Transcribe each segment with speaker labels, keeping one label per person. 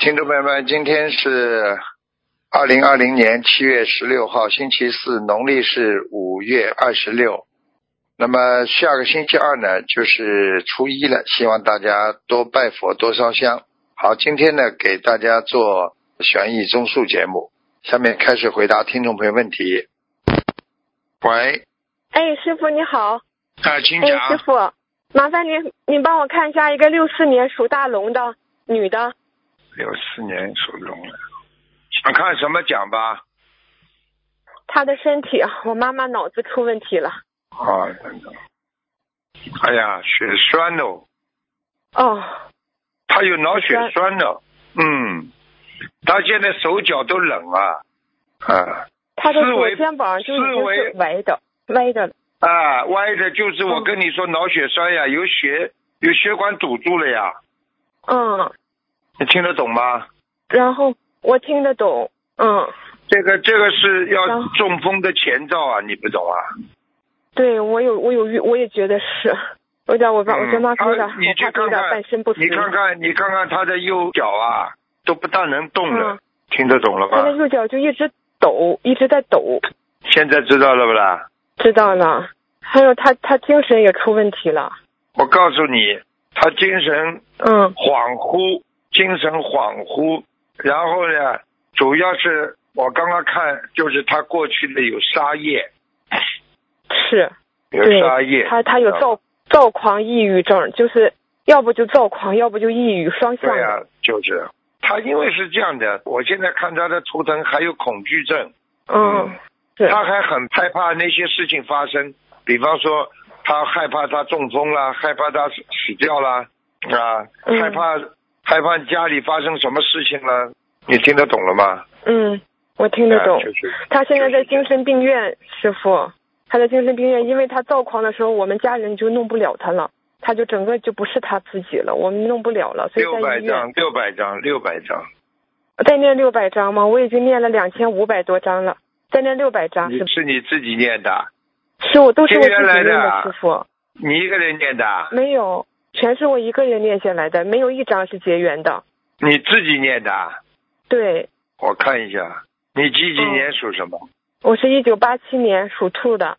Speaker 1: 听众朋友们，今天是二零二零年七月十六号，星期四，农历是五月二十六。那么下个星期二呢，就是初一了，希望大家多拜佛，多烧香。好，今天呢，给大家做悬疑综述节目。下面开始回答听众朋友问题。喂，
Speaker 2: 哎，师傅你好，
Speaker 1: 啊，请
Speaker 2: 哎，师
Speaker 1: 讲。
Speaker 2: 傅，麻烦您您帮我看一下一个六四年属大龙的女的，
Speaker 1: 六四年属龙的，想看什么讲吧？
Speaker 2: 她的身体，我妈妈脑子出问题了。
Speaker 1: 啊，等等。哎呀，血栓哦，
Speaker 2: 哦，
Speaker 1: 他有脑血栓了。嗯，他现在手脚都冷啊，啊
Speaker 2: 她的
Speaker 1: 思
Speaker 2: 左
Speaker 1: 维
Speaker 2: 肩膀就已经
Speaker 1: 思维
Speaker 2: 是歪的，歪的。
Speaker 1: 啊，歪的就是我
Speaker 2: 嗯
Speaker 1: 跟你说脑血栓呀，有血有血管堵住了呀，
Speaker 2: 嗯，
Speaker 1: 你听得懂吗？
Speaker 2: 然后我听得懂，嗯，
Speaker 1: 这个这个是要
Speaker 2: 然后
Speaker 1: 中风的前兆啊，你不懂啊？
Speaker 2: 对我有我有预我也觉得是，有点我爸、
Speaker 1: 嗯
Speaker 2: 我跟妈说的，
Speaker 1: 他你
Speaker 2: 我
Speaker 1: 去
Speaker 2: 怕她
Speaker 1: 看
Speaker 2: 有点
Speaker 1: 看
Speaker 2: 半身不遂。
Speaker 1: 你看看你看看他的右脚啊，都不大能动了，
Speaker 2: 嗯
Speaker 1: 听得懂了
Speaker 2: 她的
Speaker 1: 吧？
Speaker 2: 右脚就一直抖，一直在抖，
Speaker 1: 现在知道了不啦？
Speaker 2: 知道了。还有她她精神也出问题了，
Speaker 1: 我告诉你，他精神
Speaker 2: 嗯。
Speaker 1: 恍惚，精神恍惚，然后呢，主要是我刚刚看，就是他过去的有沙叶，
Speaker 2: 是，
Speaker 1: 有
Speaker 2: 对
Speaker 1: 沙叶，啊
Speaker 2: 他他有
Speaker 1: 知道吧
Speaker 2: 躁躁狂抑郁症，就是要不就躁狂，要不就抑郁，双向
Speaker 1: 对
Speaker 2: 的。
Speaker 1: 啊，就是他，因为是这样的，我现在看他的图腾还有恐惧症，
Speaker 2: 嗯，是，
Speaker 1: 他还很害怕那些事情发生，比方说他害怕他中风啦，害怕他死死掉啦，啊，
Speaker 2: 嗯
Speaker 1: 害怕害怕家里发生什么事情了，你听得懂了吗？
Speaker 2: 嗯，我听得懂
Speaker 1: 啊。就是
Speaker 2: 他现在
Speaker 1: 就是
Speaker 2: 在精神病院，师傅，他在精神病院，因为他躁狂的时候，我们家人就弄不了他了，他就整个就不是他自己了，我们弄不了了，所以
Speaker 1: 六
Speaker 2: 在
Speaker 1: 百
Speaker 2: 医院
Speaker 1: 张，六百张，六百张。
Speaker 2: 再念六百章吗？我已经念了两千五百多章了，再念六百章
Speaker 1: 你
Speaker 2: 啊是
Speaker 1: 是你自己念的，
Speaker 2: 是我都是我自己
Speaker 1: 这个原来
Speaker 2: 念
Speaker 1: 的
Speaker 2: 的
Speaker 1: 啊，
Speaker 2: 师傅。
Speaker 1: 你一个人念的，
Speaker 2: 没有，全是我一个人念下来的，没有一张是结缘的。
Speaker 1: 你自己念的。
Speaker 2: 对，
Speaker 1: 我看一下，你几
Speaker 2: 嗯
Speaker 1: 几年属什么？
Speaker 2: 我是一九八七年属兔的。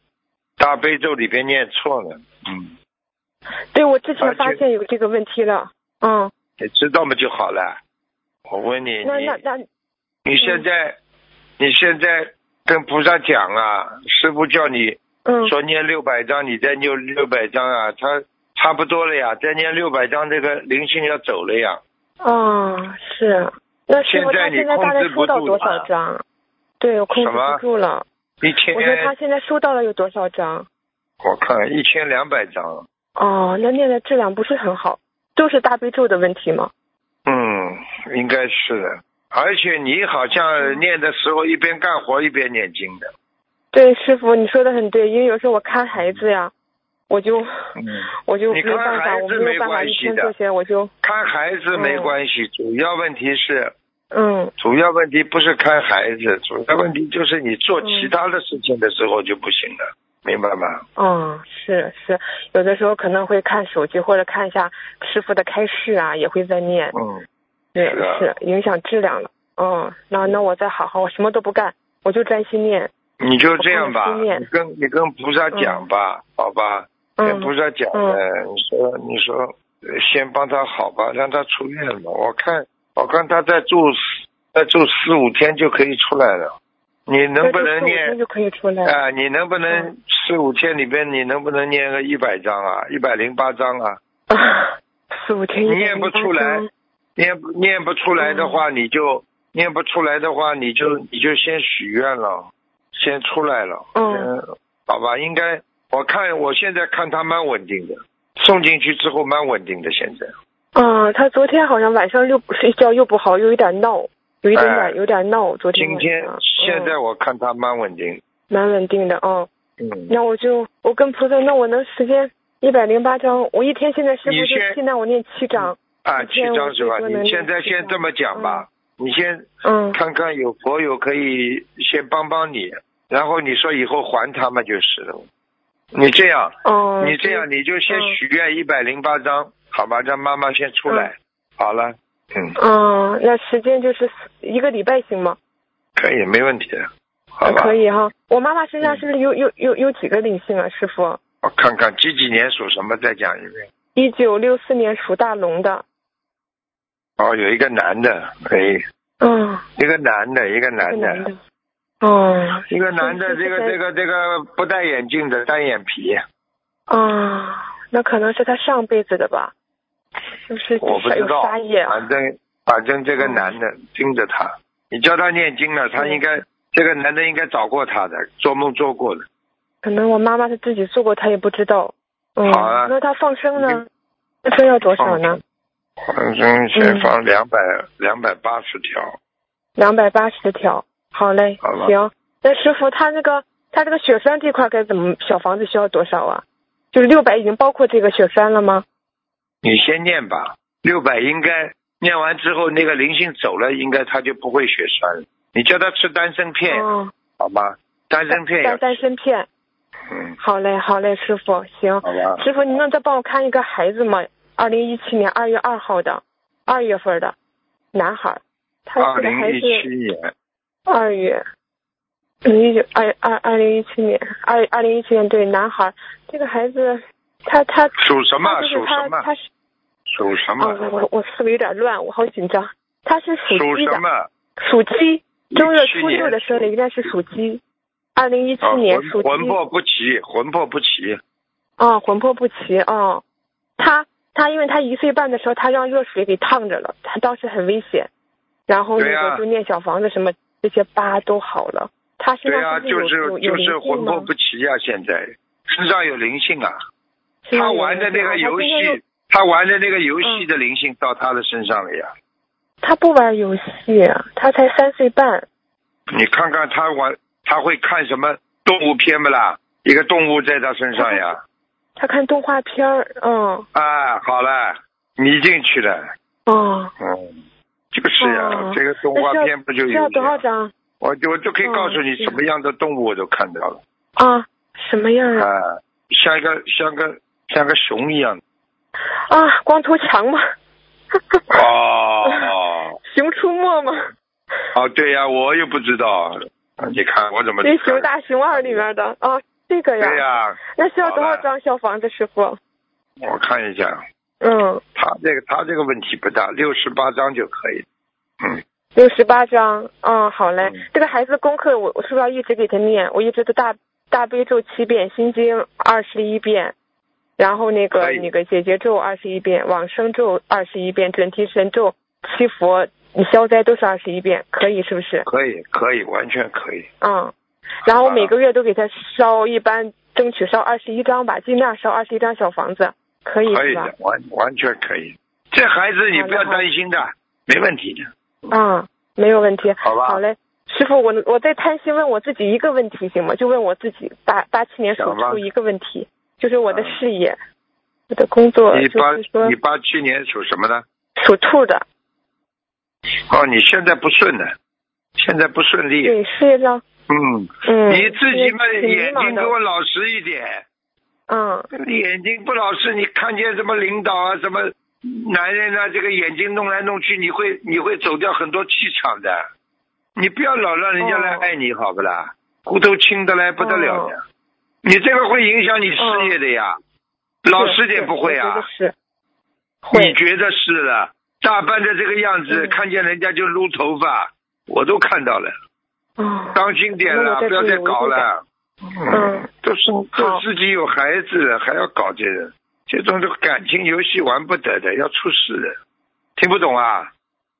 Speaker 1: 大悲咒里边念错了，嗯，
Speaker 2: 对，我之前
Speaker 1: 而且
Speaker 2: 发现有这个问题了。嗯，
Speaker 1: 你知道嘛就好了。我问你，
Speaker 2: 那那嗯
Speaker 1: 你
Speaker 2: 那
Speaker 1: 你现在、你现在跟菩萨讲啊，师傅叫你
Speaker 2: 嗯
Speaker 1: 说念六百章，你再念六百章啊，他差不多了呀，再念六百章，这个灵性要走了呀。
Speaker 2: 哦，是。那师傅
Speaker 1: 现在
Speaker 2: 他
Speaker 1: 你
Speaker 2: 现在大
Speaker 1: 控制
Speaker 2: 概
Speaker 1: 不
Speaker 2: 收到
Speaker 1: 住
Speaker 2: 多
Speaker 1: 他
Speaker 2: 少张？对，我控制
Speaker 1: 什么
Speaker 2: 不住了。
Speaker 1: 一千，
Speaker 2: 我说他现在收到了有多少张？
Speaker 1: 我看一千两百章，
Speaker 2: 哦，那念的质量不是很好，都是大悲咒的问题吗？
Speaker 1: 嗯，应该是的。而且你好像念的时候一边干活一边念经的，
Speaker 2: 对，师傅你说的很对，因为有时候我看孩子呀，我就
Speaker 1: 嗯，
Speaker 2: 我就
Speaker 1: 你
Speaker 2: 没
Speaker 1: 看
Speaker 2: 办法，
Speaker 1: 孩
Speaker 2: 我
Speaker 1: 子
Speaker 2: 没
Speaker 1: 没
Speaker 2: 有办法
Speaker 1: 关
Speaker 2: 一
Speaker 1: 系
Speaker 2: 天
Speaker 1: 的
Speaker 2: 做些，我就
Speaker 1: 看孩子没关系，主要问题是
Speaker 2: 嗯
Speaker 1: 主要问题不是看孩子，主要问题就是你做其他的事情的时候就不行了，明白吗？
Speaker 2: 哦，是是，有的时候可能会看手机或者看一下师傅的开示啊，也会在念，
Speaker 1: 嗯，
Speaker 2: 对，
Speaker 1: 是啊
Speaker 2: 是影响质量了。嗯，那那我再好好，我什么都不干，我就专心念。
Speaker 1: 你就这样吧，
Speaker 2: 我不能
Speaker 1: 你跟你跟菩萨讲吧，好吧，跟菩
Speaker 2: 嗯
Speaker 1: 萨讲的，你说你说呃先帮他好吧，让他出院吧。我看我看他再住四再住四五天就可以出来了，你能不能
Speaker 2: 那
Speaker 1: 念？
Speaker 2: 就可以出来了。
Speaker 1: 啊，你能不能
Speaker 2: 嗯
Speaker 1: 四五天里边你能不能念个一百章啊，一百零八章啊？
Speaker 2: 啊 四五天一百零
Speaker 1: 念不
Speaker 2: 八
Speaker 1: 出来
Speaker 2: 章
Speaker 1: 念不念不出来的
Speaker 2: 嗯
Speaker 1: 话，你就念不出来的话，你就你就先许愿了，先出来了。
Speaker 2: 嗯
Speaker 1: 嗯，好吧，应该我看我现在看他蛮稳定的，送进去之后蛮稳定的。现在
Speaker 2: 嗯，他昨天好像晚上又睡觉又不好，又有点闹，有一点点、
Speaker 1: 哎
Speaker 2: 有点闹。昨天
Speaker 1: 今
Speaker 2: 晚
Speaker 1: 天
Speaker 2: 上
Speaker 1: 现在
Speaker 2: 嗯、
Speaker 1: 我看他蛮稳定。
Speaker 2: 蛮稳定的，嗯。
Speaker 1: 嗯，
Speaker 2: 那我就我跟菩萨，那我能时间一百零八章，我一天现在师傅
Speaker 1: 你
Speaker 2: 就
Speaker 1: 先
Speaker 2: 尽量我念七章，
Speaker 1: 啊，
Speaker 2: 一
Speaker 1: 七
Speaker 2: 天
Speaker 1: 张
Speaker 2: 我
Speaker 1: 是吧？
Speaker 2: 最多
Speaker 1: 你
Speaker 2: 能
Speaker 1: 现在
Speaker 2: 念七
Speaker 1: 先这
Speaker 2: 张
Speaker 1: 么讲吧，你先
Speaker 2: 嗯
Speaker 1: 看看有佛友可以先帮帮你，然后你说以后还他们就是了。你这样，
Speaker 2: 嗯，
Speaker 1: 你这样，你就先
Speaker 2: 嗯
Speaker 1: 许愿一百零八张，好吧？让妈妈先出来。好了，嗯，
Speaker 2: 嗯，那时间就是一个礼拜行吗？
Speaker 1: 可以，没问题，好吧？嗯
Speaker 2: 可以哈。我妈妈身上是有、有有有几个灵性啊，师傅？
Speaker 1: 我看看几几年属什么，再讲一遍。
Speaker 2: 一九六四年属大龙的。
Speaker 1: 哦，有一个男的，哎，
Speaker 2: 嗯，
Speaker 1: 一个男的，一个
Speaker 2: 是
Speaker 1: 男
Speaker 2: 男
Speaker 1: 的，
Speaker 2: 的。哦，
Speaker 1: 一个男的，
Speaker 2: 是是
Speaker 1: 这个
Speaker 2: 是
Speaker 1: 这个这个不戴眼镜的，单眼皮，
Speaker 2: 啊，那可能是他上辈子的吧？是不是
Speaker 1: 我不知
Speaker 2: 有
Speaker 1: 道
Speaker 2: 杀业，啊？嗯
Speaker 1: 反正反正这个男的盯着他，你叫他念经了，他应该这个男的应该找过他的，做梦做过的，
Speaker 2: 可能我妈妈她自己做过，她也不知道。嗯，
Speaker 1: 好啊
Speaker 2: 那她放生
Speaker 1: 你
Speaker 2: 呢？放生要多少呢？
Speaker 1: 放生
Speaker 2: 嗯
Speaker 1: 先放两百两百八十条，
Speaker 2: 两百八十条。好嘞，
Speaker 1: 好吧
Speaker 2: 行。那师傅，他那个他这个雪山这块该怎么？小房子需要多少啊？就是六百已经包括这个雪山了吗？
Speaker 1: 你先念吧，六百应该念完之后那个灵性走了，应该他就不会血栓了。你叫他吃丹参片，
Speaker 2: 哦，
Speaker 1: 好吗？丹参片
Speaker 2: 丹
Speaker 1: 要，
Speaker 2: 丹参片。
Speaker 1: 嗯，
Speaker 2: 好嘞，好嘞，师傅，行。
Speaker 1: 好吧，
Speaker 2: 师傅，您能再帮我看一个孩子吗？二零一七年二月二号的，二月份的男孩儿，他
Speaker 1: 二
Speaker 2: 这个孩
Speaker 1: 零
Speaker 2: 子
Speaker 1: 一啊七年，
Speaker 2: 二月，嗯一九二二二零一七年，二二零一七年对男孩儿，这个孩子他他
Speaker 1: 属什么
Speaker 2: 他？就是
Speaker 1: 属什
Speaker 2: 他
Speaker 1: 么？
Speaker 2: 他是
Speaker 1: 属什
Speaker 2: 啊、
Speaker 1: 么？
Speaker 2: 我我思维有点乱，我好紧张。他是属
Speaker 1: 属
Speaker 2: 鸡的
Speaker 1: 什，么？
Speaker 2: 属鸡，正月
Speaker 1: 17
Speaker 2: 初六的
Speaker 1: 年
Speaker 2: 生日应该是属鸡，二零一七
Speaker 1: 啊，
Speaker 2: 年
Speaker 1: 魂
Speaker 2: 属鸡。
Speaker 1: 魂魄不齐，魂魄不齐。
Speaker 2: 哦，魂魄不齐哦。他他因为他一岁半的时候，他让热水给烫着了，他当时很危险。然后
Speaker 1: 对啊
Speaker 2: 那
Speaker 1: 呀
Speaker 2: 个就念小房子什么，这些疤都好了。他身
Speaker 1: 对
Speaker 2: 上
Speaker 1: 啊，
Speaker 2: 是不
Speaker 1: 就是就
Speaker 2: 有、有有
Speaker 1: 是
Speaker 2: 灵性
Speaker 1: 魂
Speaker 2: 吗
Speaker 1: 魄？不齐啊，现在身上有灵性啊。
Speaker 2: 身上
Speaker 1: 他
Speaker 2: 有
Speaker 1: 玩的
Speaker 2: 灵性
Speaker 1: 那
Speaker 2: 吗
Speaker 1: 个游
Speaker 2: 他今天又嗯
Speaker 1: 戏，他玩的那个游戏的灵性到他的身上了呀。
Speaker 2: 他不玩游戏，他才三岁半。
Speaker 1: 你看看他玩，他会看什么动物片不啦？一个动物在他身上呀。
Speaker 2: 他看动画片儿，嗯，
Speaker 1: 啊，好了，迷进去了。
Speaker 2: 哦，
Speaker 1: 嗯，就是呀、
Speaker 2: 哦
Speaker 1: 这个动
Speaker 2: 那
Speaker 1: 画
Speaker 2: 需要
Speaker 1: 片不就
Speaker 2: 需
Speaker 1: 有
Speaker 2: 要多
Speaker 1: 吗
Speaker 2: 少张
Speaker 1: 我就我就可以告诉你
Speaker 2: 嗯是
Speaker 1: 什么样的动物我都看到了。
Speaker 2: 啊？什么样啊？
Speaker 1: 啊，像一个像个像个熊一样。
Speaker 2: 啊，光头强吗？
Speaker 1: 啊哦，
Speaker 2: 熊出没吗？
Speaker 1: 哦，对呀、我也不知道。啊你看我怎么
Speaker 2: 对，《
Speaker 1: 看
Speaker 2: 熊大熊二》里面的啊，这个呀，
Speaker 1: 对呀、
Speaker 2: 那需要多少张小房子，师傅？
Speaker 1: 我看一下，
Speaker 2: 嗯，
Speaker 1: 他这个他这个问题不大，六十八章就可以。嗯，
Speaker 2: 六十八张。嗯，好嘞。
Speaker 1: 嗯
Speaker 2: 这个孩子功课我我是不是要一直给他念？我一直都大大悲咒七遍，心经二十一遍，然后那个
Speaker 1: 可以
Speaker 2: 那个解结咒二十一遍，往生咒二十一遍，准提神咒、七佛、消灾都是二十一遍，可以是不是？
Speaker 1: 可以可以，完全可以。
Speaker 2: 嗯。然后我
Speaker 1: 啊
Speaker 2: 每个月都给他烧，一般争取烧二十一张吧，尽量烧二十一张小房子，可以
Speaker 1: 可以
Speaker 2: 是吧
Speaker 1: 的？，完完全可以。这孩子你不要
Speaker 2: 好的好的
Speaker 1: 担心的，没问题的。
Speaker 2: 啊，没有问题。
Speaker 1: 好吧
Speaker 2: 嘞，师傅，我我再贪心问我自己一个问题行吗？就问我自己八八七年属
Speaker 1: 想吧
Speaker 2: 猪一个问题，就是我的
Speaker 1: 嗯
Speaker 2: 事业，我的工作，
Speaker 1: 你
Speaker 2: 就
Speaker 1: 八
Speaker 2: 是说
Speaker 1: 你八七年属什么的？
Speaker 2: 属兔的，
Speaker 1: 哦，你现在不顺呢，现在不顺利。
Speaker 2: 对事业上，
Speaker 1: 嗯，
Speaker 2: 嗯，
Speaker 1: 你自己嘛
Speaker 2: 挺迷
Speaker 1: 眼
Speaker 2: 茫
Speaker 1: 睛
Speaker 2: 的
Speaker 1: 给我老实一点，
Speaker 2: 嗯
Speaker 1: 眼睛不老实，你看见什么领导啊，什么男人啊，这个眼睛弄来弄去，你会你会走掉很多气场的。你不要老让人家来
Speaker 2: 哦
Speaker 1: 爱你，好不啦？骨头轻的来不得了的，你这个会影响你事业的呀。老
Speaker 2: 哦是
Speaker 1: 实点
Speaker 2: 是
Speaker 1: 不会
Speaker 2: 我
Speaker 1: 啊
Speaker 2: 觉得？是，
Speaker 1: 你
Speaker 2: 会
Speaker 1: 觉得是了？大半的这个样子，
Speaker 2: 嗯
Speaker 1: 看见人家就撸头发，我都看到了。
Speaker 2: 啊，
Speaker 1: 当心点了，
Speaker 2: 那我再
Speaker 1: 不要
Speaker 2: 注意
Speaker 1: 再
Speaker 2: 我一定
Speaker 1: 搞了。
Speaker 2: 嗯，
Speaker 1: 都是
Speaker 2: 好
Speaker 1: 都自己有孩子了，还要搞这个，这种的感情游戏玩不得的，要出事的。听不懂啊？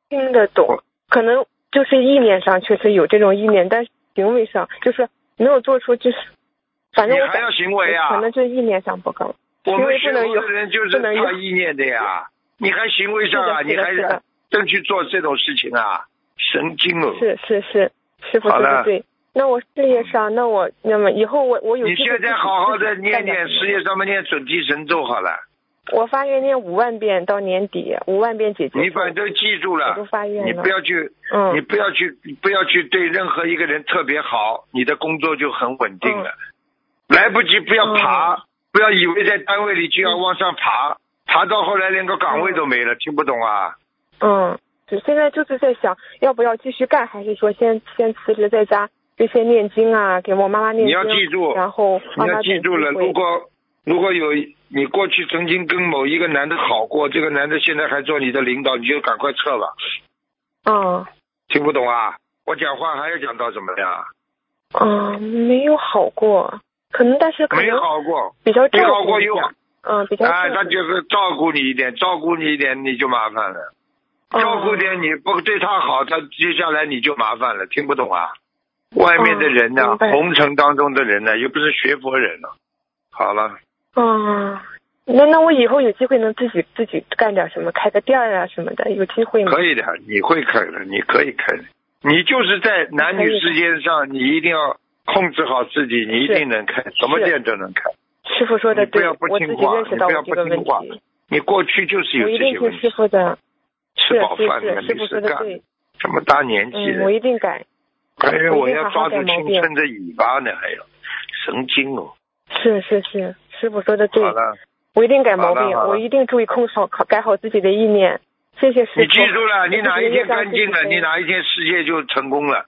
Speaker 2: 听得懂
Speaker 1: 我，
Speaker 2: 可能就是意念上确实有这种意念，但是行为上就是没有做出，就是反
Speaker 1: 你
Speaker 2: 正我
Speaker 1: 还
Speaker 2: 感
Speaker 1: 要行为啊
Speaker 2: 可？能就是意念上不够。
Speaker 1: 我
Speaker 2: 行
Speaker 1: 们
Speaker 2: 为
Speaker 1: 学
Speaker 2: 不能
Speaker 1: 佛
Speaker 2: 有
Speaker 1: 的人就
Speaker 2: 不
Speaker 1: 是
Speaker 2: 能有
Speaker 1: 靠意念的呀，你还行为
Speaker 2: 是
Speaker 1: 上啊？
Speaker 2: 的，
Speaker 1: 你
Speaker 2: 是的，
Speaker 1: 还
Speaker 2: 是的，
Speaker 1: 真去做这种事情啊？神经哦！
Speaker 2: 是是是，师傅
Speaker 1: 好
Speaker 2: 说的
Speaker 1: 了
Speaker 2: 对。那我事业上，那我那么以后我我有
Speaker 1: 你
Speaker 2: 机会
Speaker 1: 现
Speaker 2: 自
Speaker 1: 在
Speaker 2: 己
Speaker 1: 好好
Speaker 2: 自己
Speaker 1: 的念
Speaker 2: 干点
Speaker 1: 念
Speaker 2: 什么
Speaker 1: 事业上面念准提神咒好了，
Speaker 2: 我发愿念五万遍到年底，五万遍解决。
Speaker 1: 你反正记住
Speaker 2: 我
Speaker 1: 了
Speaker 2: 都，发愿
Speaker 1: 你
Speaker 2: 了
Speaker 1: 不。要去你
Speaker 2: 嗯
Speaker 1: 不要去，你不要去对任何一个人特别好，你的工作就很稳定了。
Speaker 2: 嗯
Speaker 1: 来不及，不要爬，不要以为在单位里就要往上爬，爬到后来连个岗位都没了，听不懂啊？
Speaker 2: 嗯，就现在就是在想，要不要继续干，还是说先先辞职在家，就先念经啊，给我妈妈念经。
Speaker 1: 你要记住
Speaker 2: 然后
Speaker 1: 你
Speaker 2: 让她
Speaker 1: 要记住了，
Speaker 2: 懂智慧
Speaker 1: 如果如果有你过去曾经跟某一个男的好过，这个男的现在还做你的领导，你就赶快撤吧。
Speaker 2: 嗯
Speaker 1: 听不懂啊？我讲话还要讲到什么呀？
Speaker 2: 嗯，没有好过，可能但是可
Speaker 1: 没
Speaker 2: 能
Speaker 1: 好过，
Speaker 2: 比较
Speaker 1: 没
Speaker 2: 照
Speaker 1: 好
Speaker 2: 顾
Speaker 1: 过
Speaker 2: 一
Speaker 1: 有
Speaker 2: 下，嗯，比较照
Speaker 1: 哎，
Speaker 2: 顾
Speaker 1: 他就是照顾你一点，照顾你一点你就麻烦了，
Speaker 2: 哦
Speaker 1: 照顾点你不对他好，他接下来你就麻烦了，听不懂啊？外面的人呢、
Speaker 2: 哦明白
Speaker 1: 红尘当中的人呢、又不是学佛人呢、好了，
Speaker 2: 嗯。嗯那那我以后有机会能自己自己干点什么，开个店儿啊什么的，有机会吗？
Speaker 1: 可以的，你会开的，你可以开的。你就是在男
Speaker 2: 可
Speaker 1: 女
Speaker 2: 以的
Speaker 1: 之间上，你一定要控制好自己，你一定能开，什么店都能开。
Speaker 2: 师傅说的
Speaker 1: 你不
Speaker 2: 对，
Speaker 1: 要不
Speaker 2: 我自
Speaker 1: 听
Speaker 2: 己
Speaker 1: 话
Speaker 2: 认识
Speaker 1: 你
Speaker 2: 到
Speaker 1: 不要
Speaker 2: 我这
Speaker 1: 不
Speaker 2: 个
Speaker 1: 听
Speaker 2: 问
Speaker 1: 话
Speaker 2: 题，
Speaker 1: 你过去就是有
Speaker 2: 我一
Speaker 1: 这
Speaker 2: 定
Speaker 1: 些问
Speaker 2: 听师
Speaker 1: 题，
Speaker 2: 傅的。
Speaker 1: 吃饱饭
Speaker 2: 是
Speaker 1: 的
Speaker 2: 是是，师
Speaker 1: 没
Speaker 2: 傅
Speaker 1: 事
Speaker 2: 说的
Speaker 1: 干，
Speaker 2: 对，
Speaker 1: 这么大年纪
Speaker 2: 嗯，
Speaker 1: 了
Speaker 2: 我，一定改。
Speaker 1: 还以为
Speaker 2: 我
Speaker 1: 我
Speaker 2: 一定
Speaker 1: 要
Speaker 2: 好
Speaker 1: 抓
Speaker 2: 好
Speaker 1: 住
Speaker 2: 改毛
Speaker 1: 青
Speaker 2: 病
Speaker 1: 春的尾巴呢，还要神经哦。
Speaker 2: 是是是，师傅说的对
Speaker 1: 好，了，
Speaker 2: 我一定改毛
Speaker 1: 好了
Speaker 2: 病，
Speaker 1: 好了
Speaker 2: 我一定注意控制好，改好自己的意念。谢谢师傅。
Speaker 1: 你记住了，
Speaker 2: 我自己
Speaker 1: 你哪一
Speaker 2: 的业
Speaker 1: 天
Speaker 2: 障
Speaker 1: 干
Speaker 2: 自
Speaker 1: 净
Speaker 2: 己
Speaker 1: 了，
Speaker 2: 背
Speaker 1: 你哪一天事业就成功了。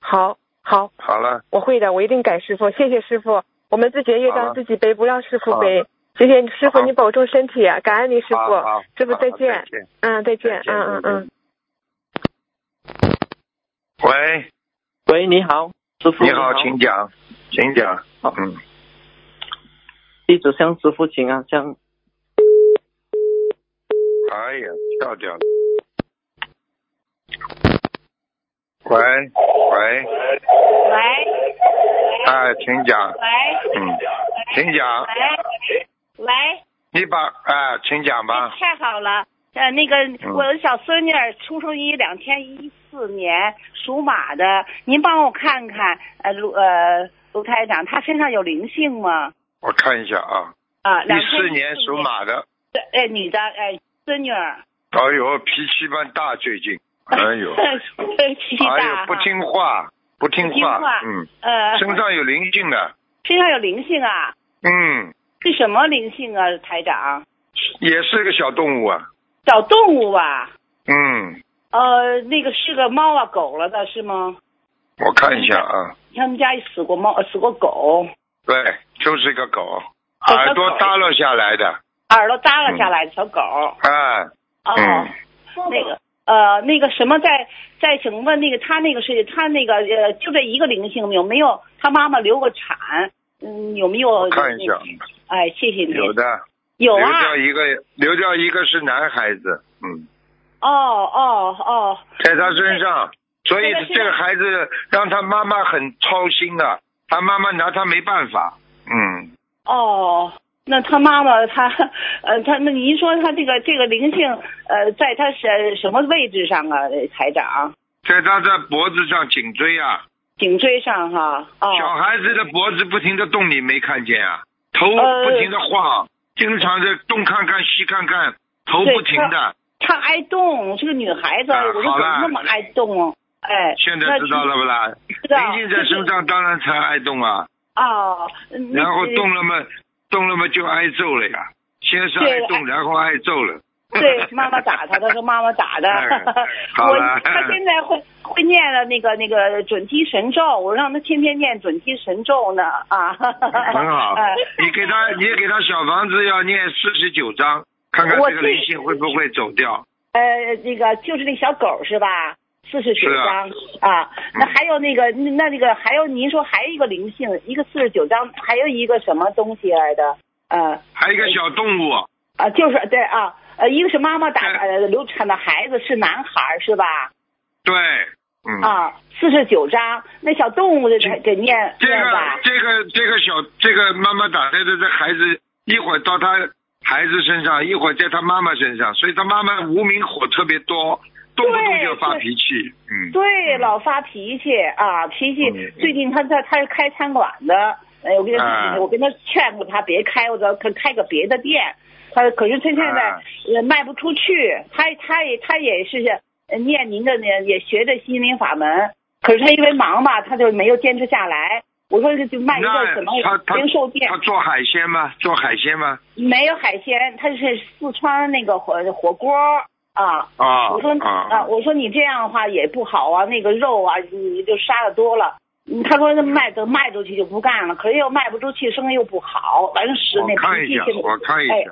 Speaker 2: 好好，
Speaker 1: 好了，
Speaker 2: 我会的，我一定改师傅。谢谢师傅，我们自己的业
Speaker 1: 好了
Speaker 2: 障自己背，不让师
Speaker 1: 好
Speaker 2: 傅背。谢谢师傅，
Speaker 1: 好
Speaker 2: 你保重身体，啊感恩您师
Speaker 1: 好
Speaker 2: 傅。
Speaker 1: 好
Speaker 2: 师傅
Speaker 1: 好
Speaker 2: 再
Speaker 1: 再
Speaker 2: 见
Speaker 1: 见
Speaker 2: 嗯，再见
Speaker 1: 再，见
Speaker 2: 嗯
Speaker 1: 再
Speaker 2: 嗯
Speaker 1: 见
Speaker 2: 嗯。
Speaker 1: 喂，
Speaker 3: 喂，你好，师傅。
Speaker 1: 你好，请讲，请讲。
Speaker 3: 好
Speaker 1: 嗯，
Speaker 3: 弟子向师傅请安，向
Speaker 1: 哎呀，跳掉了。喂喂，
Speaker 4: 喂
Speaker 1: 哎，请讲，
Speaker 4: 喂
Speaker 1: 嗯，请讲，
Speaker 4: 喂喂，
Speaker 1: 你把啊，请讲吧，
Speaker 4: 太好了。呃，那个
Speaker 1: 嗯
Speaker 4: 我的小孙女儿出生于两千一四年，属马的，您帮我看看，呃，卢呃卢台长，她身上有灵性吗？
Speaker 1: 我看一下啊，
Speaker 4: 啊，两
Speaker 1: 一
Speaker 4: 千
Speaker 1: 四年属，马的，
Speaker 4: 对哎，女的，哎，孙女儿，
Speaker 1: 哎呦，脾气蛮大，最近，哎呦，
Speaker 4: 脾气
Speaker 1: 哎
Speaker 4: 大
Speaker 1: 呦，
Speaker 4: 哈，
Speaker 1: 不听话，不听
Speaker 4: 不听话
Speaker 1: 嗯，
Speaker 4: 呃，
Speaker 1: 身上有灵性的，
Speaker 4: 身上有灵性啊，
Speaker 1: 嗯，
Speaker 4: 是什么灵性啊，台长？
Speaker 1: 也是个小动物啊，
Speaker 4: 小动物啊，
Speaker 1: 嗯，
Speaker 4: 呃，那个是个猫啊狗了的是吗？
Speaker 1: 我看一下啊，
Speaker 4: 他们家死过猫，呃死过狗，
Speaker 1: 对，就是个狗，
Speaker 4: 小狗
Speaker 1: 耳朵耷拉下来的，
Speaker 4: 耳朵耷拉下来的小狗。
Speaker 1: 哎，
Speaker 4: 哦，
Speaker 1: 嗯，
Speaker 4: 那个呃，那个什么在，在请问那个他那个是他那个呃，就这一个灵性有没有？他妈妈流过产，嗯，有没有？
Speaker 1: 我看一下，
Speaker 4: 哎，谢谢你。
Speaker 1: 有的，
Speaker 4: 有
Speaker 1: 流
Speaker 4: 啊
Speaker 1: 掉。一个，流掉一个是男孩子，嗯，
Speaker 4: 哦哦哦，
Speaker 1: 在他身上，所以
Speaker 4: 这个是
Speaker 1: 这个孩子让他妈妈很操心啊，他妈妈拿他没办法，嗯，
Speaker 4: 哦，那他妈妈他呃，他那您说他这个这个灵性呃，在他什什么位置上啊，呃台长？
Speaker 1: 在他的脖子上、颈椎啊，
Speaker 4: 颈椎上哈、哦。
Speaker 1: 小孩子的脖子不停的动，你没看见啊？头
Speaker 4: 呃
Speaker 1: 不停的晃，经常在东看看西看看，头
Speaker 4: 对
Speaker 1: 不停的，
Speaker 4: 她爱动，是个女孩子，
Speaker 1: 啊
Speaker 4: 我就怎
Speaker 1: 好了
Speaker 4: 么那么爱动？哎，
Speaker 1: 现在知道了不啦？
Speaker 4: 那知道，
Speaker 1: 灵性在身上当然才爱动啊，
Speaker 4: 哦，嗯
Speaker 1: 然后动了嘛，动了嘛就挨揍了呀。先是挨
Speaker 4: 对
Speaker 1: 动，然后挨揍了。
Speaker 4: 对，妈妈打他，他说妈妈打的。
Speaker 1: 哎好
Speaker 4: 我
Speaker 1: 了
Speaker 4: 他现在会会念了那个那个准提神咒，我让他天天念准提神咒呢啊。
Speaker 1: 很
Speaker 4: 很
Speaker 1: 好
Speaker 4: 哎、，
Speaker 1: 你给他，你给他小房子要念四十九章，看看
Speaker 4: 我
Speaker 1: 这个
Speaker 4: 这
Speaker 1: 灵性会不会走掉。
Speaker 4: 呃，那个就是那小狗是吧？四十九
Speaker 1: 是啊
Speaker 4: 张啊那还有那个那那个还有您说还有一个灵性，一个四十九张，还有一个什么东西来的？呃，
Speaker 1: 还有一个小动物，
Speaker 4: 啊，就是对啊，呃，一个是妈妈打
Speaker 1: 哎
Speaker 4: 呃流产的孩子是男孩儿是吧？
Speaker 1: 对，嗯，
Speaker 4: 啊，四十九章，那小动物的
Speaker 1: 这
Speaker 4: 给给念
Speaker 1: 这
Speaker 4: 念
Speaker 1: 个
Speaker 4: 吧。
Speaker 1: 这个这个小这个妈妈打胎的这孩子，一会儿到他孩子身上，一会儿在他妈妈身上，所以他妈妈无名火特别多，动不动
Speaker 4: 对
Speaker 1: 就发
Speaker 4: 对
Speaker 1: 脾气，嗯，
Speaker 4: 对，老发脾气啊，脾气。
Speaker 1: 嗯嗯
Speaker 4: 最近他在他是开餐馆的，哎，我跟他、
Speaker 1: 啊
Speaker 4: 我跟他劝过他别开，我说可开个别的店。他可是他现在
Speaker 1: 啊
Speaker 4: 也卖不出去，他他也他也是呃念您的呢，也学着心灵法门，可是他因为忙吧，他就没有坚持下来。我说就卖一
Speaker 1: 那
Speaker 4: 个什么
Speaker 1: 他他
Speaker 4: 零售店
Speaker 1: 他，做海鲜吗？做海鲜吗？
Speaker 4: 没有海鲜，他是四川那个火火锅儿啊，
Speaker 1: 啊
Speaker 4: 我说啊，
Speaker 1: 啊
Speaker 4: 我说你这样的话也不好啊，那个肉啊，你就杀的多了。嗯他说那卖都卖出去就不干了，可是又卖不出去，生意又不好，完事
Speaker 1: 我
Speaker 4: 那
Speaker 1: 看
Speaker 4: 脾
Speaker 1: 一
Speaker 4: 气
Speaker 1: 下
Speaker 4: 现在，
Speaker 1: 我看一下，
Speaker 4: 哎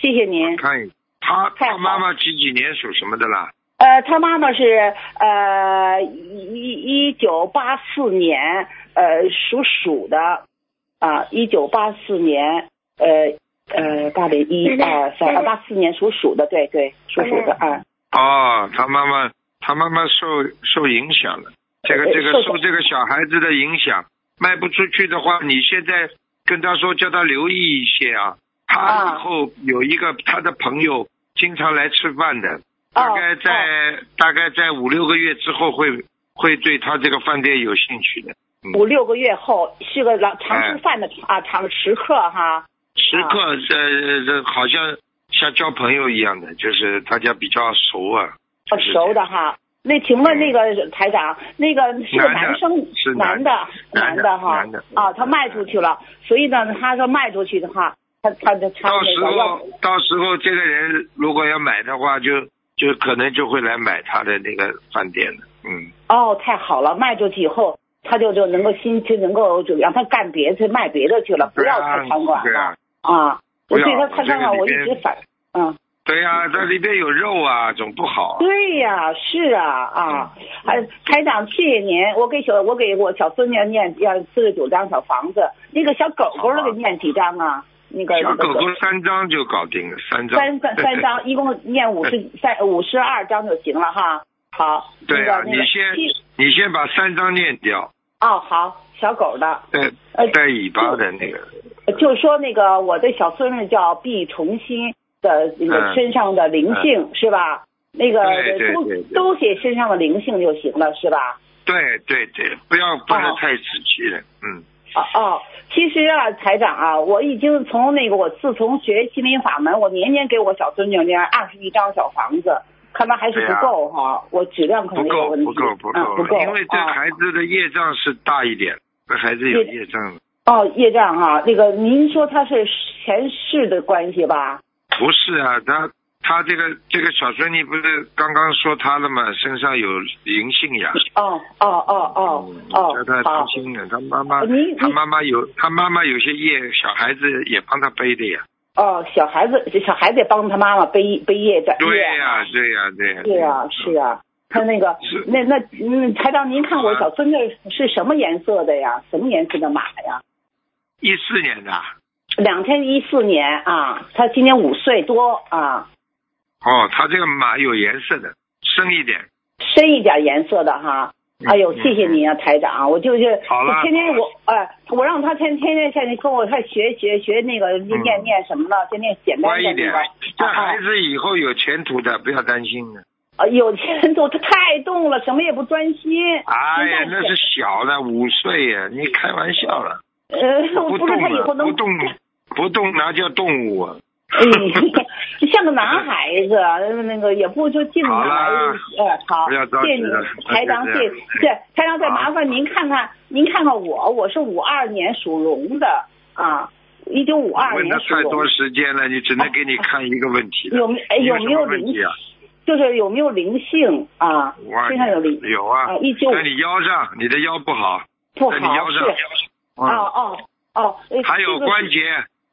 Speaker 4: 谢谢您。
Speaker 1: 看一下。他
Speaker 4: 太好
Speaker 1: 他妈妈几几年属什么的啦？
Speaker 4: 呃，他妈妈是呃一一九八四年呃属鼠的啊，一九八四年呃呃大连一二三八四年属鼠的，对对属鼠的啊，
Speaker 1: 哦，他妈妈他妈妈受受影响了，这个
Speaker 4: 呃
Speaker 1: 这个
Speaker 4: 受
Speaker 1: 受这个小孩子的影响，卖不出去的话，你现在跟他说叫他留意一些啊。他
Speaker 4: 啊
Speaker 1: 以后有一个他的朋友经常来吃饭的，大
Speaker 4: 哦
Speaker 1: 概在、大概在五六个月之后会会对他这个饭店有兴趣的。嗯
Speaker 4: 五六个月后是个老常吃饭的、啊，常食客哈。
Speaker 1: 时刻
Speaker 4: 啊
Speaker 1: 呃这好像像交朋友一样的，就是大家比较熟啊，
Speaker 4: 哦
Speaker 1: 就是
Speaker 4: 熟的哈。那请问那个台长，那个是个
Speaker 1: 男的
Speaker 4: 男生，
Speaker 1: 是男
Speaker 4: 男
Speaker 1: 的
Speaker 4: 的，
Speaker 1: 男的
Speaker 4: 男哈
Speaker 1: 男的，
Speaker 4: 啊，他卖出去了，所以呢，他说卖出去的话，他他就他
Speaker 1: 到时
Speaker 4: 那个要
Speaker 1: 候，到时候这个人如果要买的话，就就可能就会来买他的那个饭店的，嗯，
Speaker 4: 哦，太好了，卖出去以后，他就就能够心就能够就让他干别的卖别的去了，不
Speaker 1: 对
Speaker 4: 要
Speaker 1: 啊
Speaker 4: 开餐馆
Speaker 1: 对
Speaker 4: 了
Speaker 1: 啊，
Speaker 4: 啊。我
Speaker 1: 不要
Speaker 4: 对他开餐
Speaker 1: 这
Speaker 4: 馆，
Speaker 1: 个
Speaker 4: 我
Speaker 1: 里
Speaker 4: 一
Speaker 1: 边
Speaker 4: 直反，嗯，
Speaker 1: 对呀、它里边有肉啊，总不好啊、
Speaker 4: 对呀，是啊啊，
Speaker 1: 嗯
Speaker 4: 还台长，谢谢您，我给小我给我小孙女念要四十九张小房子，那个小狗狗儿
Speaker 1: 好吧
Speaker 4: 给念几张啊？那个
Speaker 1: 小
Speaker 4: 那个
Speaker 1: 狗狗三张就搞定了，三张，
Speaker 4: 三三三张，一共念五十三五十二张就行了哈。好，
Speaker 1: 对啊，
Speaker 4: 那
Speaker 1: 你
Speaker 4: 个那个
Speaker 1: 先
Speaker 4: 七
Speaker 1: 你先把三张念掉，
Speaker 4: 哦好，小狗的，
Speaker 1: 带
Speaker 4: 呃
Speaker 1: 带尾巴的那个，
Speaker 4: 就说那个我的小孙女叫毕重新的那
Speaker 1: 嗯
Speaker 4: 个身上的灵性、是吧？那个
Speaker 1: 对对
Speaker 4: 都
Speaker 1: 对对
Speaker 4: 都写身上的灵性就行了是吧？
Speaker 1: 对对对，不要不能
Speaker 4: 哦
Speaker 1: 太仔细了，嗯。
Speaker 4: 哦哦，其实啊，台长啊，我已经从那个我自从学心灵法门，我年年给我小孙女念二十一张小房子，看来还是不够哈、我质量可
Speaker 1: 不
Speaker 4: 能有
Speaker 1: 够
Speaker 4: 问题，
Speaker 1: 不够不
Speaker 4: 啊、不够，
Speaker 1: 因为这
Speaker 4: 啊
Speaker 1: 孩子的业障是大一点，这孩子有业障，
Speaker 4: 哦业障啊，那个您说他是前世的关系吧？
Speaker 1: 不是啊，他他这个这个小孙女不是刚刚说他了吗？身上有灵性呀，
Speaker 4: 哦哦哦哦
Speaker 1: 嗯
Speaker 4: 哦
Speaker 1: 叫他，
Speaker 4: 好
Speaker 1: 当，心了，他妈妈
Speaker 4: 您
Speaker 1: 他
Speaker 4: 您
Speaker 1: 妈妈有他妈妈有些业，小孩子也帮他背的呀，
Speaker 4: 哦，小孩子小孩子也帮他妈妈背背业障，
Speaker 1: 对
Speaker 4: 业啊
Speaker 1: 呀对呀对呀，嗯
Speaker 4: 对呀、是啊呀、他那个
Speaker 1: 啊是，
Speaker 4: 那那嗯，台长，您看我小孙女是什么颜色的呀？什么颜色的马呀？
Speaker 1: 一四年的，
Speaker 4: 两千一四年啊，她今年五岁多啊，
Speaker 1: 哦，他这个马有颜色的，深一点，
Speaker 4: 深一点颜色的哈。哎呦，
Speaker 1: 嗯
Speaker 4: 谢谢您啊，台长，我就是
Speaker 1: 好了
Speaker 4: 我天天我哎、我让她天天天下去跟我她学学学那个
Speaker 1: 嗯
Speaker 4: 念念什么了，天天简单
Speaker 1: 乖
Speaker 4: 的
Speaker 1: 一
Speaker 4: 那
Speaker 1: 点
Speaker 4: 个，
Speaker 1: 这
Speaker 4: 啊啊
Speaker 1: 孩子以后有前途的，不要担心的。
Speaker 4: 啊，有钱都太动了，什么也不专心。
Speaker 1: 哎呀，
Speaker 4: 现在
Speaker 1: 那是小的，五岁呀，你开玩笑了，
Speaker 4: 呃， 我
Speaker 1: 不
Speaker 4: 不知道
Speaker 1: 动
Speaker 4: 他以
Speaker 1: 了，
Speaker 4: 后能
Speaker 1: 不动，不动那叫动物啊。
Speaker 4: 哎， 像个男孩子，那个也不就静下
Speaker 1: 好
Speaker 4: 来
Speaker 1: 啦，
Speaker 4: 呃，好
Speaker 1: 不要着，急
Speaker 4: 谢谢您
Speaker 1: 了，
Speaker 4: 台长，
Speaker 1: 就
Speaker 4: 谢
Speaker 1: 这样
Speaker 4: 谢台长，再
Speaker 1: 好
Speaker 4: 麻烦您看看，您看看我，我是五二年属龙的啊，一九五二
Speaker 1: 问
Speaker 4: 年
Speaker 1: 的
Speaker 4: 属
Speaker 1: 太
Speaker 4: 龙
Speaker 1: 多，时间了，你只能给你看一个问题了。
Speaker 4: 有没哎
Speaker 1: 你
Speaker 4: 有
Speaker 1: 什
Speaker 4: 没有
Speaker 1: 么问
Speaker 4: 灵
Speaker 1: 题啊？
Speaker 4: 就是有没有灵性啊？
Speaker 1: 哇，
Speaker 4: 身上有灵
Speaker 1: 有啊
Speaker 4: 啊，一九
Speaker 1: 在你腰上，你的腰不好，
Speaker 4: 不
Speaker 1: 在你腰
Speaker 4: 好是
Speaker 1: 上，
Speaker 3: 啊
Speaker 1: 嗯，
Speaker 4: 哦哦哦，哎
Speaker 1: 还有
Speaker 4: 这个
Speaker 1: 关节，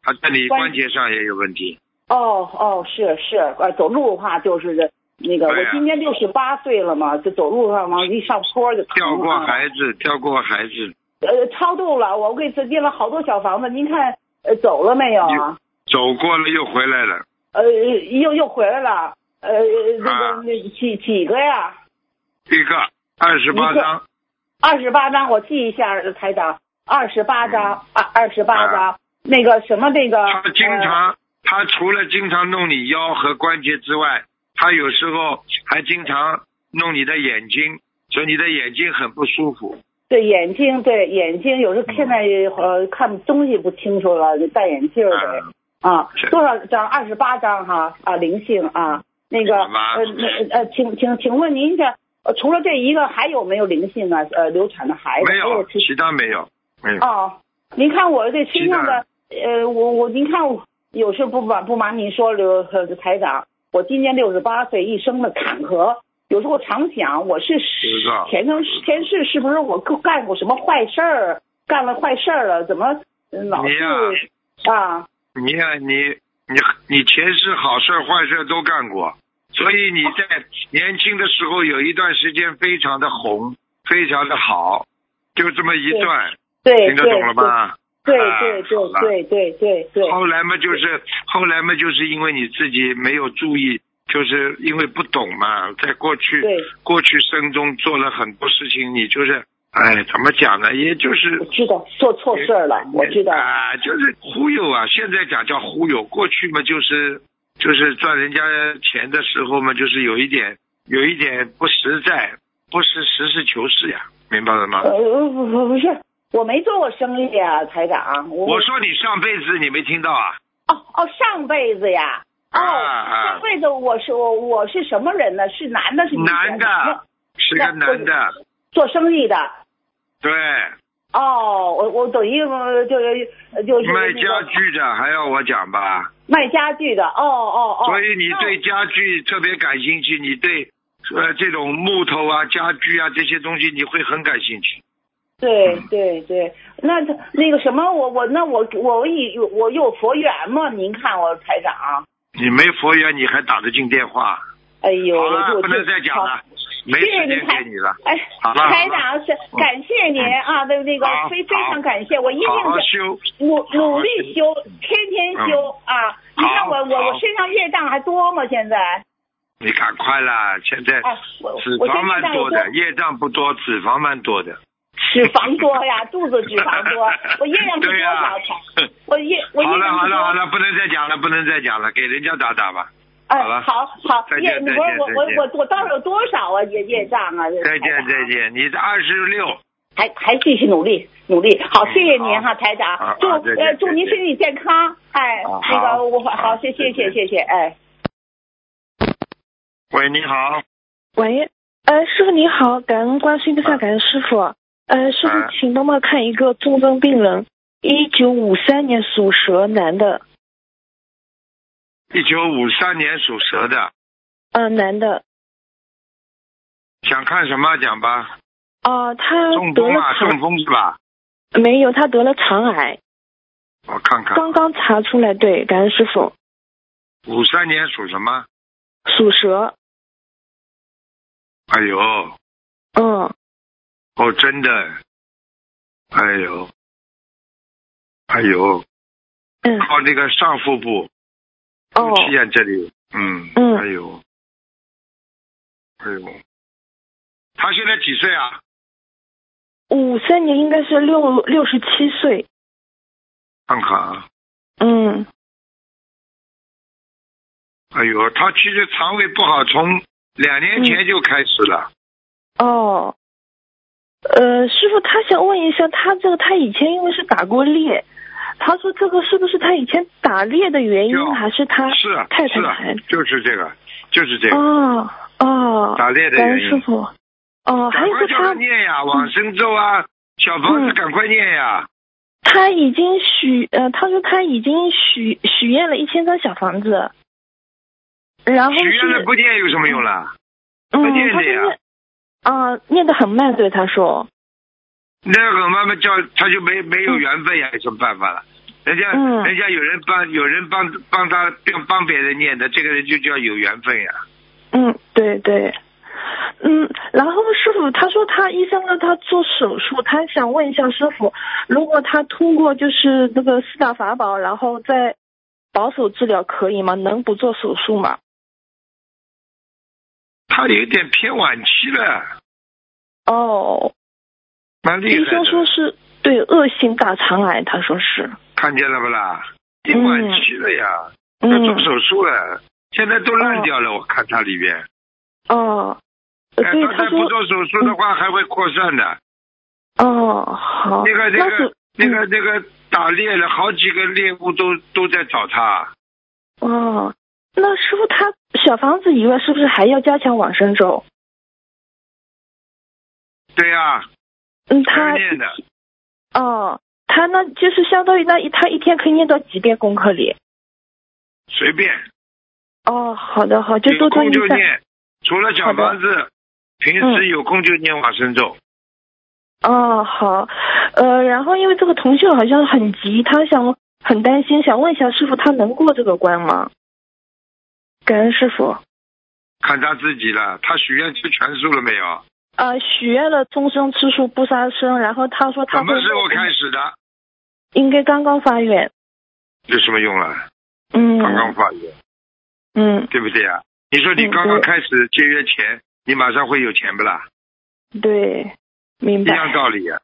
Speaker 1: 啊，在你
Speaker 4: 关
Speaker 1: 关节上也有问题。
Speaker 4: 哦哦，是是，呃，走路的话就是那个，
Speaker 1: 对啊呀
Speaker 4: 我今年六十八岁了嘛，就走路上往一上坡就
Speaker 1: 掉
Speaker 4: 疼
Speaker 1: 过
Speaker 4: 啊。
Speaker 1: 孩子，掉过孩子，
Speaker 4: 呃，超度了，我给自建了好多小房子，您看呃走了没有啊？
Speaker 1: 走过了又回来了，
Speaker 4: 呃，又又回来了，呃，那
Speaker 1: 啊
Speaker 4: 个那几几个呀？
Speaker 1: 一个二十八
Speaker 4: 一个
Speaker 1: 张，
Speaker 4: 二十八张，我记一下，台长，二十八张，二二十八
Speaker 1: 啊
Speaker 4: 张，那个什么那个，
Speaker 1: 他经
Speaker 4: 呃
Speaker 1: 常，他除了经常弄你腰和关节之外，他有时候还经常弄你的眼睛，所以你的眼睛很不舒服。
Speaker 4: 对眼睛，对眼睛，有时
Speaker 1: 嗯
Speaker 4: 候现在呃看东西不清楚了，就戴眼镜儿呗。
Speaker 1: 嗯
Speaker 4: 啊
Speaker 1: 是，
Speaker 4: 多少张？二十八张哈啊，灵性啊，那个
Speaker 1: 好吧
Speaker 4: 呃那呃，请请请问您这呃除了这一个还有没有灵性啊？呃，流产的孩子
Speaker 1: 没
Speaker 4: 还
Speaker 1: 有，
Speaker 4: 其
Speaker 1: 其他没有，没有。
Speaker 4: 哦，您看我这身上
Speaker 1: 其他
Speaker 4: 的呃，我我您看我有事不瞒不瞒您说，刘呃台长，我今年六十八岁，一生的坎坷，有时候常想，我是
Speaker 1: 知道
Speaker 4: 前生前世是不是我干过什么坏事儿，干了坏事儿了，怎么老
Speaker 1: 你呀、
Speaker 4: 是啊？
Speaker 1: 你呀、你你你前世好事儿坏事儿都干过，所以你在年轻的时候有一段时间非常的红，非常的好，就这么一段，
Speaker 4: 对
Speaker 1: 听得
Speaker 4: 对
Speaker 1: 懂了吗？
Speaker 4: 对
Speaker 1: 啊
Speaker 4: 对对
Speaker 1: 好了
Speaker 4: 对对对对，
Speaker 1: 后来嘛，就是后来嘛，就是因为你自己没有注意，就是因为不懂嘛，在过去
Speaker 4: 对
Speaker 1: 过去生中做了很多事情，你就是哎，怎么讲呢？也就是
Speaker 4: 我知道做错事儿了，我知道。
Speaker 1: 啊，就是忽悠啊，现在讲叫忽悠，过去嘛就是就是赚人家钱的时候嘛，就是有一点有一点不实在，不是实事求是呀，明白了吗？
Speaker 4: 呃，不不不是，我没做过生意啊，台长。我
Speaker 1: 我说你上辈子你没听到啊？
Speaker 4: 哦哦，上辈子呀。哦，
Speaker 1: 啊啊
Speaker 4: 上辈子我是我我是什么人呢？是男的是女
Speaker 1: 男的，是个男的，
Speaker 4: 做生意的。
Speaker 1: 对，
Speaker 4: 哦，我我等于呃就是就是
Speaker 1: 卖
Speaker 4: 那
Speaker 1: 家
Speaker 4: 个
Speaker 1: 具的还要我讲吧？
Speaker 4: 卖家具的。哦哦哦。
Speaker 1: 所以你
Speaker 4: 那
Speaker 1: 对家具特别感兴趣，你对呃这种木头啊、家具啊这些东西你会很感兴趣。
Speaker 4: 对对对，那他那个什么，我我那我我以我有佛缘吗？您看我台长，
Speaker 1: 你没佛缘，你还打得进电话？
Speaker 4: 哎呦，
Speaker 1: 好
Speaker 4: 我
Speaker 1: 了，
Speaker 4: 就
Speaker 1: 不能再讲了，没
Speaker 4: 谢谢
Speaker 1: 时
Speaker 4: 您
Speaker 1: 间
Speaker 4: 台
Speaker 1: 给你了。
Speaker 4: 哎，
Speaker 1: 好了
Speaker 4: 台长是
Speaker 1: 嗯
Speaker 4: 感谢您啊，那那个
Speaker 1: 好
Speaker 4: 非非
Speaker 1: 好
Speaker 4: 常感谢，我一定
Speaker 1: 好好
Speaker 4: 是
Speaker 1: 修，
Speaker 4: 努
Speaker 1: 好嗯
Speaker 4: 努力修，天天修啊！你看
Speaker 1: 好
Speaker 4: 我我
Speaker 1: 好
Speaker 4: 我身上业障还多吗？现在
Speaker 1: 你赶快啦！现在
Speaker 4: 啊，我
Speaker 1: 脂
Speaker 4: 我
Speaker 1: 肪
Speaker 4: 身
Speaker 1: 蛮
Speaker 4: 上有
Speaker 1: 多
Speaker 4: 多
Speaker 1: 的，业障不多，脂肪蛮多的。
Speaker 4: 脂肪多呀，肚子脂肪 多，我业障是
Speaker 1: 对
Speaker 4: 多
Speaker 1: 呀
Speaker 4: 少台？ 我业我业
Speaker 1: 好了
Speaker 4: 障
Speaker 1: 好
Speaker 4: 是多
Speaker 1: 了好
Speaker 4: 少？
Speaker 1: 了，不能再讲了，不能再讲了，给人家打打吧。
Speaker 4: 哎
Speaker 1: 好了，
Speaker 4: 好好
Speaker 1: 再，见
Speaker 4: 业你
Speaker 1: 再
Speaker 4: 说
Speaker 1: 见
Speaker 4: 我我
Speaker 1: 再见
Speaker 4: 我我到底有多少啊？业业障啊！
Speaker 1: 再见
Speaker 4: 台长
Speaker 1: 再见，你二十六，
Speaker 4: 还还继续努力努力。好，
Speaker 1: 嗯
Speaker 4: 谢谢您
Speaker 1: 好
Speaker 4: 哈，台
Speaker 1: 啊
Speaker 4: 长，祝
Speaker 1: 啊再见
Speaker 4: 呃祝您
Speaker 1: 再见
Speaker 4: 身体健康。哎
Speaker 1: 啊，
Speaker 4: 那
Speaker 1: 好
Speaker 4: 个我
Speaker 1: 好
Speaker 4: 好，谢谢
Speaker 1: 再见
Speaker 4: 谢谢谢，哎。
Speaker 1: 喂，你好，
Speaker 2: 喂，呃，师傅你好，感恩观世音菩萨，感恩师傅。呃，师
Speaker 1: 啊
Speaker 2: 傅，请帮忙看一个重症病人，一九五三年属蛇男的，
Speaker 1: 一九五三年属蛇的，
Speaker 2: 呃，男的，
Speaker 1: 想看什么讲吧？
Speaker 2: 啊、他
Speaker 1: 中
Speaker 2: 得
Speaker 1: 风
Speaker 2: 了
Speaker 1: 啊，中
Speaker 2: 肠
Speaker 1: 风是吧？
Speaker 2: 没有，他得了肠癌，
Speaker 1: 我看看，
Speaker 2: 刚刚查出来，对，感恩师傅，
Speaker 1: 五三年属什么？
Speaker 2: 属蛇，
Speaker 1: 哎呦，
Speaker 2: 嗯，
Speaker 1: 哦，真的，哎呦，哎呦，
Speaker 2: 嗯
Speaker 1: 靠那个上腹部，
Speaker 2: 哦
Speaker 1: 肚，脐眼这里，嗯，
Speaker 2: 嗯
Speaker 1: 哎呦，哎呦，他现在几岁啊？
Speaker 2: 五三年应该是六六十七岁，
Speaker 1: 看看啊，
Speaker 2: 嗯，
Speaker 1: 哎呦，他其实肠胃不好，从两年前
Speaker 2: 嗯
Speaker 1: 就开始了，
Speaker 2: 哦，呃，师傅，他想问一下，他这个他以前因为是打过猎，他说这个是不是他以前打猎的原
Speaker 1: 哟
Speaker 2: 因，还是他
Speaker 1: 是啊
Speaker 2: 太太
Speaker 1: 是
Speaker 2: 的
Speaker 1: 啊
Speaker 2: 孩子？，
Speaker 1: 就是这个，就是这个、
Speaker 2: 哦哦，
Speaker 1: 打猎的
Speaker 2: 感恩
Speaker 1: 原
Speaker 2: 师
Speaker 1: 因。
Speaker 2: 傅。哦，还
Speaker 1: 赶
Speaker 2: 有
Speaker 1: 快
Speaker 2: 说
Speaker 1: 叫他
Speaker 2: 他
Speaker 1: 念呀，往生咒啊，小房子
Speaker 2: 嗯
Speaker 1: 赶快念呀，
Speaker 2: 他已经许呃，他说他已经许许愿了一千张小房子，然后
Speaker 1: 许愿了
Speaker 2: 是
Speaker 1: 不念有什么用啦？
Speaker 2: 嗯，
Speaker 1: 不
Speaker 2: 他
Speaker 1: 念
Speaker 2: 说
Speaker 1: 的呀
Speaker 2: 念啊、念的很慢，对他说，嗯
Speaker 1: 那个妈妈叫他就没没有缘分呀，有什么办法了？人家、
Speaker 2: 嗯
Speaker 1: 人家有人帮有人帮帮他帮帮别人念的，这个人就叫有缘分呀。
Speaker 2: 嗯，对对，嗯，然后师傅他说他医生让他做手术，他想问一下师傅，如果他通过就是这个四大法宝，然后再保守治疗可以吗？能不做手术吗？
Speaker 1: 他有点偏晚期了，
Speaker 2: 哦，
Speaker 1: 蛮厉害
Speaker 2: 医
Speaker 1: 的
Speaker 2: 生，说是对恶性大肠癌，他说是，
Speaker 1: 看见了不啦？挺晚期了呀，要
Speaker 2: 嗯
Speaker 1: 做，手术了，现在都烂掉了，我看他里边。
Speaker 2: 哦，所
Speaker 1: 哎，
Speaker 2: 以
Speaker 1: 他
Speaker 2: 他
Speaker 1: 再不
Speaker 2: 说，
Speaker 1: 做手术的话，还会扩散的。
Speaker 2: 哦，好，
Speaker 1: 那个那
Speaker 2: 那
Speaker 1: 个
Speaker 2: 是嗯
Speaker 1: 那个那个打猎了，好几个猎物都都在找他。
Speaker 2: 哦，那师傅他小房子以外，是不是还要加强往生咒？
Speaker 1: 对呀、全
Speaker 2: 嗯，他
Speaker 1: 是念的。
Speaker 2: 哦，他那就是相当于那一他一天可以念到几遍功课里？
Speaker 1: 随便，
Speaker 2: 哦，好的好，就多
Speaker 1: 有
Speaker 2: 多
Speaker 1: 空
Speaker 2: 益
Speaker 1: 就
Speaker 2: 善。
Speaker 1: 念，除了小房子，平
Speaker 2: 嗯
Speaker 1: 时有空就念往生咒。
Speaker 2: 哦，好，呃，然后因为这个同学好像很急，他想很担心，想问一下师傅，他能过这个关吗？感恩师傅。
Speaker 1: 看他自己了，他许愿吃全素了没有？
Speaker 2: 呃，许愿了终生吃素不杀生，然后他说他
Speaker 1: 什
Speaker 2: 会
Speaker 1: 么时候开始的？
Speaker 2: 应该刚刚发愿，
Speaker 1: 有什么用了？
Speaker 2: 嗯
Speaker 1: 刚刚发愿，
Speaker 2: 嗯，
Speaker 1: 对不对啊？你说你
Speaker 2: 嗯
Speaker 1: 刚刚
Speaker 2: 对
Speaker 1: 开始节约钱，你马上会有钱不啦？
Speaker 2: 对，明
Speaker 1: 一
Speaker 2: 白，
Speaker 1: 样道理呀、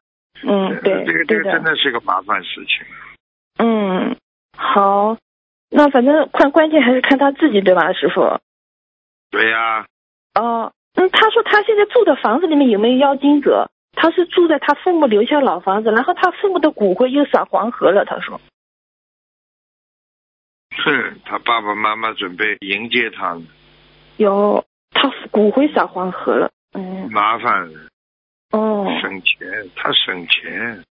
Speaker 2: 嗯，对，
Speaker 1: 这个这
Speaker 2: 对
Speaker 1: 个真
Speaker 2: 的，
Speaker 1: 的是个麻烦事情。啊
Speaker 2: 嗯，好，那反正关关键还是看他自己对吧，师傅？
Speaker 1: 对啊呀、
Speaker 2: 哦，嗯，他说他现在住的房子里面有没有妖精者？他是住在他父母留下老房子，然后他父母的骨灰又撒黄河了。他说，
Speaker 1: 哼，他爸爸妈妈准备迎接他呢，
Speaker 2: 有他骨灰撒黄河了。嗯，
Speaker 1: 麻烦了，
Speaker 2: 哦，
Speaker 1: 省钱，他省钱。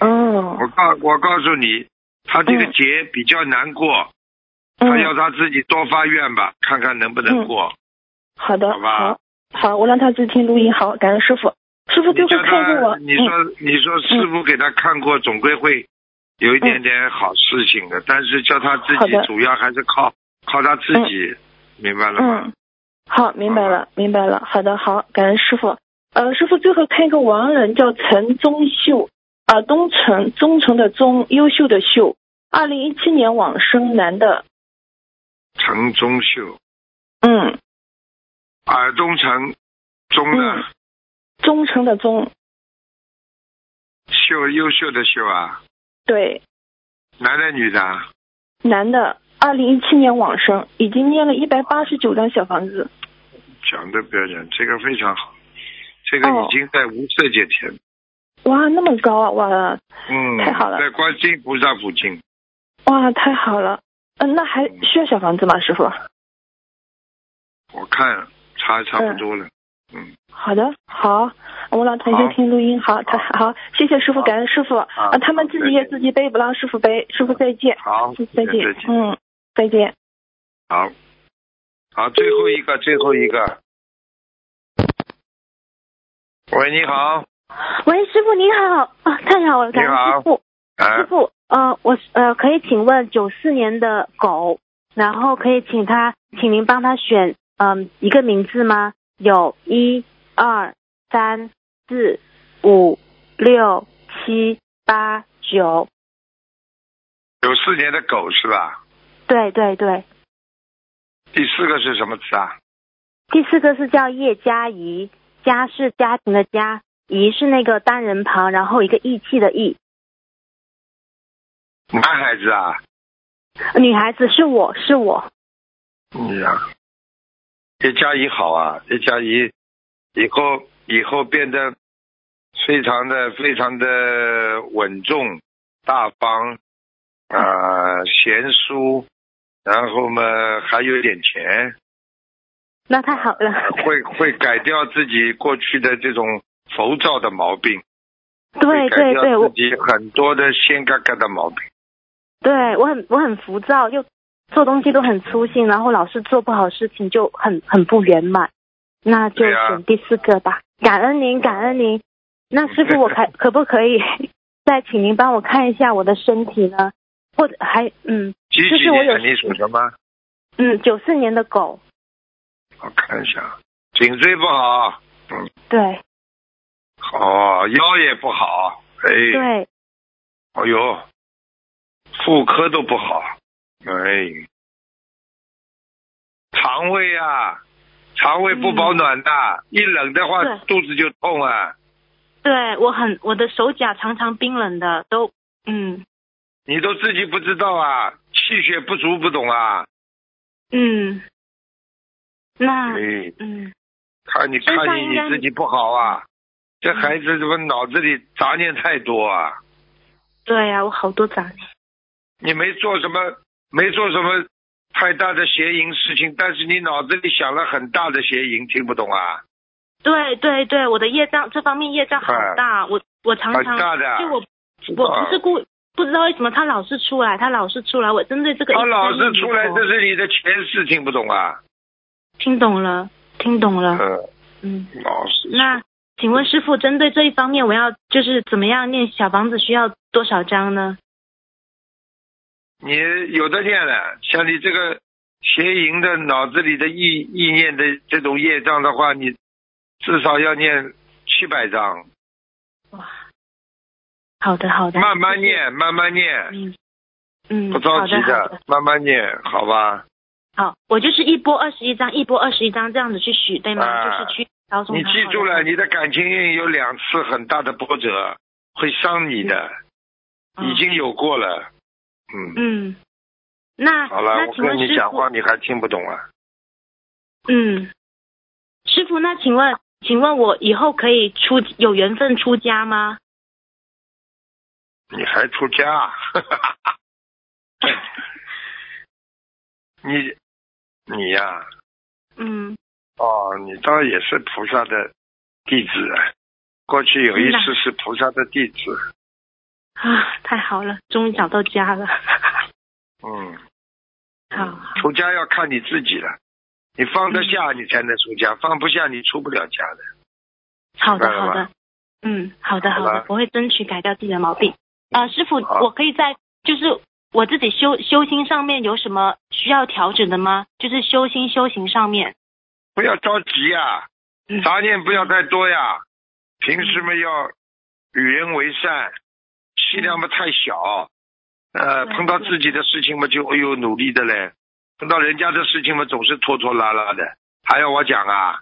Speaker 2: 哦，
Speaker 1: 我告我告诉你，他这个
Speaker 2: 嗯
Speaker 1: 劫比较难过，他要
Speaker 2: 嗯，
Speaker 1: 他自己多发愿吧，看看能不能过。
Speaker 2: 好的，
Speaker 1: 好吧
Speaker 2: 好，好，我让他自己听录音。好，感恩师傅，师傅
Speaker 1: 你
Speaker 2: 最
Speaker 1: 叫
Speaker 2: 后看
Speaker 1: 他
Speaker 2: 过我，，嗯
Speaker 1: 你说、你说师傅给他看过，总归会有一点点好事情的，但是叫他自
Speaker 2: 嗯好
Speaker 1: 己
Speaker 2: 的嗯
Speaker 1: 主要还是靠靠他自己，明白了吗？
Speaker 2: 嗯，嗯，好，明白了，明白了，好的，好，感恩师傅。呃，师傅最后看一个亡人叫陈忠秀，啊、东城忠诚的忠，优秀的秀，二零一七年往生男的，
Speaker 1: 陈忠秀，
Speaker 2: 嗯，
Speaker 1: 尔东城，忠呢？
Speaker 2: 嗯忠诚的忠，
Speaker 1: 秀优秀的秀啊，
Speaker 2: 对，
Speaker 1: 男的女的啊？
Speaker 2: 男的，二零一七年往生，已经念了一百八十九张小房子，
Speaker 1: 讲都不要讲，这个非常好，这个
Speaker 2: 哦
Speaker 1: 已经在无色界天，
Speaker 2: 哇，那么高啊，哇
Speaker 1: 嗯，
Speaker 2: 太好了
Speaker 1: 在观世音菩萨附近，
Speaker 2: 哇，太好了，嗯、那还需要小房子吗，师傅？
Speaker 1: 我看差差不多了，嗯，
Speaker 2: 好的，好，我让同学
Speaker 1: 好
Speaker 2: 听录音。好，他好，谢谢师傅，
Speaker 1: 好
Speaker 2: 感恩师傅。啊，他们自己也
Speaker 1: 再见
Speaker 2: 自己背，不让师傅背。师傅再见，
Speaker 1: 好，
Speaker 2: 再见
Speaker 1: 再，见，
Speaker 2: 嗯，再见。
Speaker 1: 好，好，最后一个，最后一个，喂，你好，
Speaker 5: 喂，师傅你好，啊，太好了，感
Speaker 1: 你
Speaker 5: 恩
Speaker 1: 好
Speaker 5: 师傅。
Speaker 1: 啊
Speaker 5: 师，傅，呃，我呃，可以请问九四年的狗，然后可以请他，请您帮他选，嗯、一个名字吗？有一、二、三、四、五、六、七、八、九，
Speaker 1: 九四年的狗是吧？
Speaker 5: 对对对。
Speaker 1: 第四个是什么字啊？
Speaker 5: 第四个是叫叶嘉怡，家是家庭的家，怡是那个单人旁，然后一个义气的义。
Speaker 1: 男孩子啊，
Speaker 5: 女孩子是我是我，
Speaker 1: 你呀、叶嘉怡好啊，叶嘉怡以后以后变得非常的非常的稳重、大方，啊、贤淑，然后嘛还有点钱，
Speaker 5: 那太好了。
Speaker 1: 会会改掉自己过去的这种浮躁的毛病，
Speaker 5: 对
Speaker 1: 会改
Speaker 5: 对对，
Speaker 1: 掉
Speaker 5: 我
Speaker 1: 自己很多的仙嘎嘎的毛病。
Speaker 5: 对我很我很浮躁，就做东西都很粗心，然后老是做不好事情，就很很不圆满。那就
Speaker 1: 对呀
Speaker 5: 选第四个吧，感恩您，感恩您。那师傅，我可可不可以再请您帮我看一下我的身体呢？或者还嗯
Speaker 1: 几
Speaker 5: 就
Speaker 1: 几
Speaker 5: 是我有
Speaker 1: 年你属什么？
Speaker 5: 嗯，九四年的狗，
Speaker 1: 我看一下，颈椎不好，嗯。
Speaker 5: 对
Speaker 1: 哦，腰也不好，哎，
Speaker 5: 对，
Speaker 1: 哎呦，妇科都不好，哎，肠胃啊，肠胃不保暖的，一冷的话
Speaker 5: 嗯对
Speaker 1: 肚子就痛啊。
Speaker 5: 对我很我的手脚常常冰冷的，都嗯
Speaker 1: 你都自己不知道啊，气血不足不懂啊，
Speaker 5: 嗯，那
Speaker 1: 哎，
Speaker 5: 嗯
Speaker 1: 看你
Speaker 5: 身上
Speaker 1: 看你
Speaker 5: 应该
Speaker 1: 你自己不好啊，这
Speaker 5: 嗯
Speaker 1: 孩子怎么脑子里杂念太多啊？
Speaker 5: 对呀、我好多杂念，
Speaker 1: 你没做什么，没做什么太大的邪淫事情，但是你脑子里想了很大的邪淫，听不懂啊？
Speaker 5: 对对对，我的业障这方面业障好大，我我常
Speaker 1: 哎很
Speaker 5: 常
Speaker 1: 大的啊，
Speaker 5: 就我
Speaker 1: 知道
Speaker 5: 我不是故不知道为什么他老是出来，他老是出来。我针对这个一直
Speaker 1: 他
Speaker 5: 在念
Speaker 1: 老
Speaker 5: 佛，
Speaker 1: 是出来，这是你的前世，听不懂啊？
Speaker 5: 听懂了，听懂了。
Speaker 1: 嗯，
Speaker 5: 嗯，
Speaker 1: 老是
Speaker 5: 那请问师傅，针对这一方面，我要就是怎么样念小房子需要多少张呢？
Speaker 1: 你有的念了，像你这个邪淫的脑子里的意意念的这种业障的话，你至少要念七百章，
Speaker 5: 好的，好的，
Speaker 1: 慢慢
Speaker 5: 谢谢。
Speaker 1: 念，慢慢念，
Speaker 5: 嗯嗯，
Speaker 1: 不着急
Speaker 5: 好的好的。
Speaker 1: 慢慢念，好吧？
Speaker 5: 好，我就是一波二十一张，一波二十一张这样子去许，对吗？
Speaker 1: 啊
Speaker 5: 就是去调送
Speaker 1: 你
Speaker 5: 它
Speaker 1: 记
Speaker 5: 好
Speaker 1: 住
Speaker 5: 的
Speaker 1: 了，你的感情运有两次很大的波折，会伤你的，
Speaker 5: 嗯
Speaker 1: 已经有过了。嗯，
Speaker 5: 嗯，那
Speaker 1: 好了，
Speaker 5: 那
Speaker 1: 我
Speaker 5: 请问
Speaker 1: 跟你
Speaker 5: 师
Speaker 1: 讲
Speaker 5: 傅
Speaker 1: 话你还听不懂啊？
Speaker 5: 嗯，师傅，那请问，请问我以后可以出有缘分出 家吗？
Speaker 1: 你还出家啊？ 你你呀、
Speaker 5: 嗯，
Speaker 1: 哦，你倒也是菩萨的弟子啊，过去有一
Speaker 5: 嗯
Speaker 1: 次是菩萨的弟子，
Speaker 5: 啊，太好了，终于找到家了。
Speaker 1: 嗯，
Speaker 5: 好，好
Speaker 1: 出家要看你自己了，你放
Speaker 5: 嗯
Speaker 1: 得下你才能出家，放不下你出不了家的。
Speaker 5: 好的
Speaker 1: 明白，了
Speaker 5: 好
Speaker 1: 吧
Speaker 5: 的，嗯，好的，
Speaker 1: 好
Speaker 5: 好
Speaker 1: 吧
Speaker 5: 的，我会争取改掉自己的毛病。啊，师傅，
Speaker 1: 好
Speaker 5: 我可以在就是我自己修修心上面有什么需要调整的吗？就是修心修行上面。
Speaker 1: 不要着急呀、
Speaker 5: 嗯
Speaker 1: 杂念不要太多呀，平时嘛要与人为
Speaker 5: 嗯
Speaker 1: 善，气量嘛太小，呃，
Speaker 5: 对
Speaker 1: 碰到自己的事情嘛就哎呦努力的嘞，碰到人家的事情嘛总是拖拖拉拉的，还要我讲啊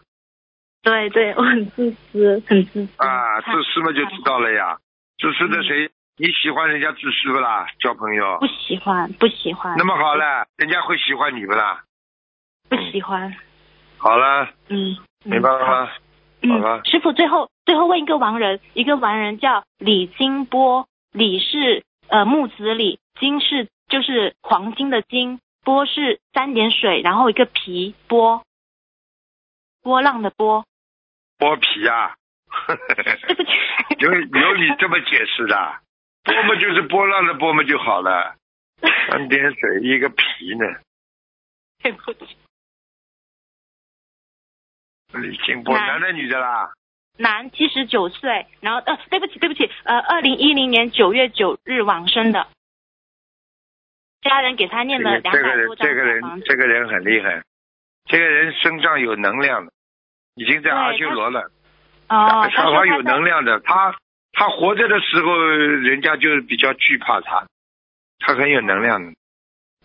Speaker 5: 对对，我很自私，很自私
Speaker 1: 啊，
Speaker 5: 嗯太嗯
Speaker 1: 自私嘛就知道了呀，自私的谁你喜欢人家自私不啦？交朋友
Speaker 5: 不，喜欢，不喜欢，
Speaker 1: 那么好了，人家会喜欢你不啦？
Speaker 5: 不喜欢，
Speaker 1: 好了，
Speaker 5: 嗯，嗯
Speaker 1: 明白了吗？好吧
Speaker 5: 嗯，师傅，最后最后问一个亡人，一个亡人叫李金波，李是呃木子李，金是就是黄金的金，波是三点水，然后一个皮波，波浪的波。
Speaker 1: 剥皮呀、
Speaker 5: 对不起，
Speaker 1: 有有你这么解释的，波嘛就是波浪的波嘛就好了，三点水一个皮呢，
Speaker 5: 对不起，
Speaker 1: 李金波
Speaker 5: 男
Speaker 1: 男的女的啦，
Speaker 5: 男，七十九岁，然后呃，对不起，对不起，呃，二零一零年九月九日往生的，家人给他
Speaker 1: 这
Speaker 5: 念了
Speaker 1: 个
Speaker 5: 两
Speaker 1: 这个
Speaker 5: 百
Speaker 1: 人
Speaker 5: 多张
Speaker 1: 这个
Speaker 5: 小
Speaker 1: 人
Speaker 5: 房子，
Speaker 1: 这个人很厉害，这个人身上有能量的，已经在阿修罗了，
Speaker 5: 哦，他
Speaker 1: 上方
Speaker 5: 说他
Speaker 1: 有
Speaker 5: 在
Speaker 1: 能量的，他他活着的时候人家就比较惧怕他，他很有能量的，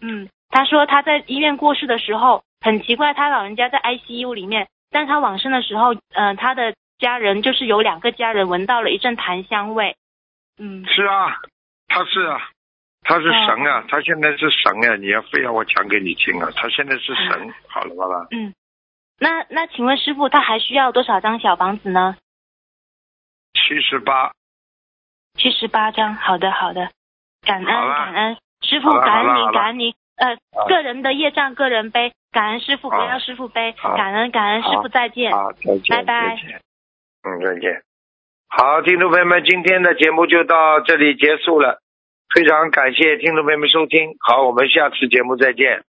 Speaker 5: 嗯，他说他在医院过世的时候，很奇怪，他老人家在 ICU 里面，但他往生的时候，嗯、他的家人就是有两个家人闻到了一阵檀香味，嗯，
Speaker 1: 是啊，他是啊，他是
Speaker 5: 哦
Speaker 1: 神啊，他现在是神啊，你要非要我讲给你听啊，他现在是
Speaker 5: 嗯
Speaker 1: 神，好了吧啦。
Speaker 5: 那那请问师傅，他还需要多少张小房子呢？
Speaker 1: 七十八，
Speaker 5: 七十八张，好的好的，感恩
Speaker 1: 好了
Speaker 5: 感恩，师
Speaker 1: 好
Speaker 5: 傅
Speaker 1: 了
Speaker 5: 感
Speaker 1: 好
Speaker 5: 恩
Speaker 1: 了好
Speaker 5: 您
Speaker 1: 了
Speaker 5: 感恩您，呃
Speaker 1: 啊，
Speaker 5: 个人的业障个人背，感恩师傅不
Speaker 1: 好
Speaker 5: 要师傅背，
Speaker 1: 好
Speaker 5: 感恩感恩师
Speaker 1: 好
Speaker 5: 傅再见。
Speaker 1: 好，再见，
Speaker 5: 拜拜
Speaker 1: 再见，嗯，再见。好，听众朋友们，今天的节目就到这里结束了，非常感谢听众朋友们收听，好，我们下次节目再见。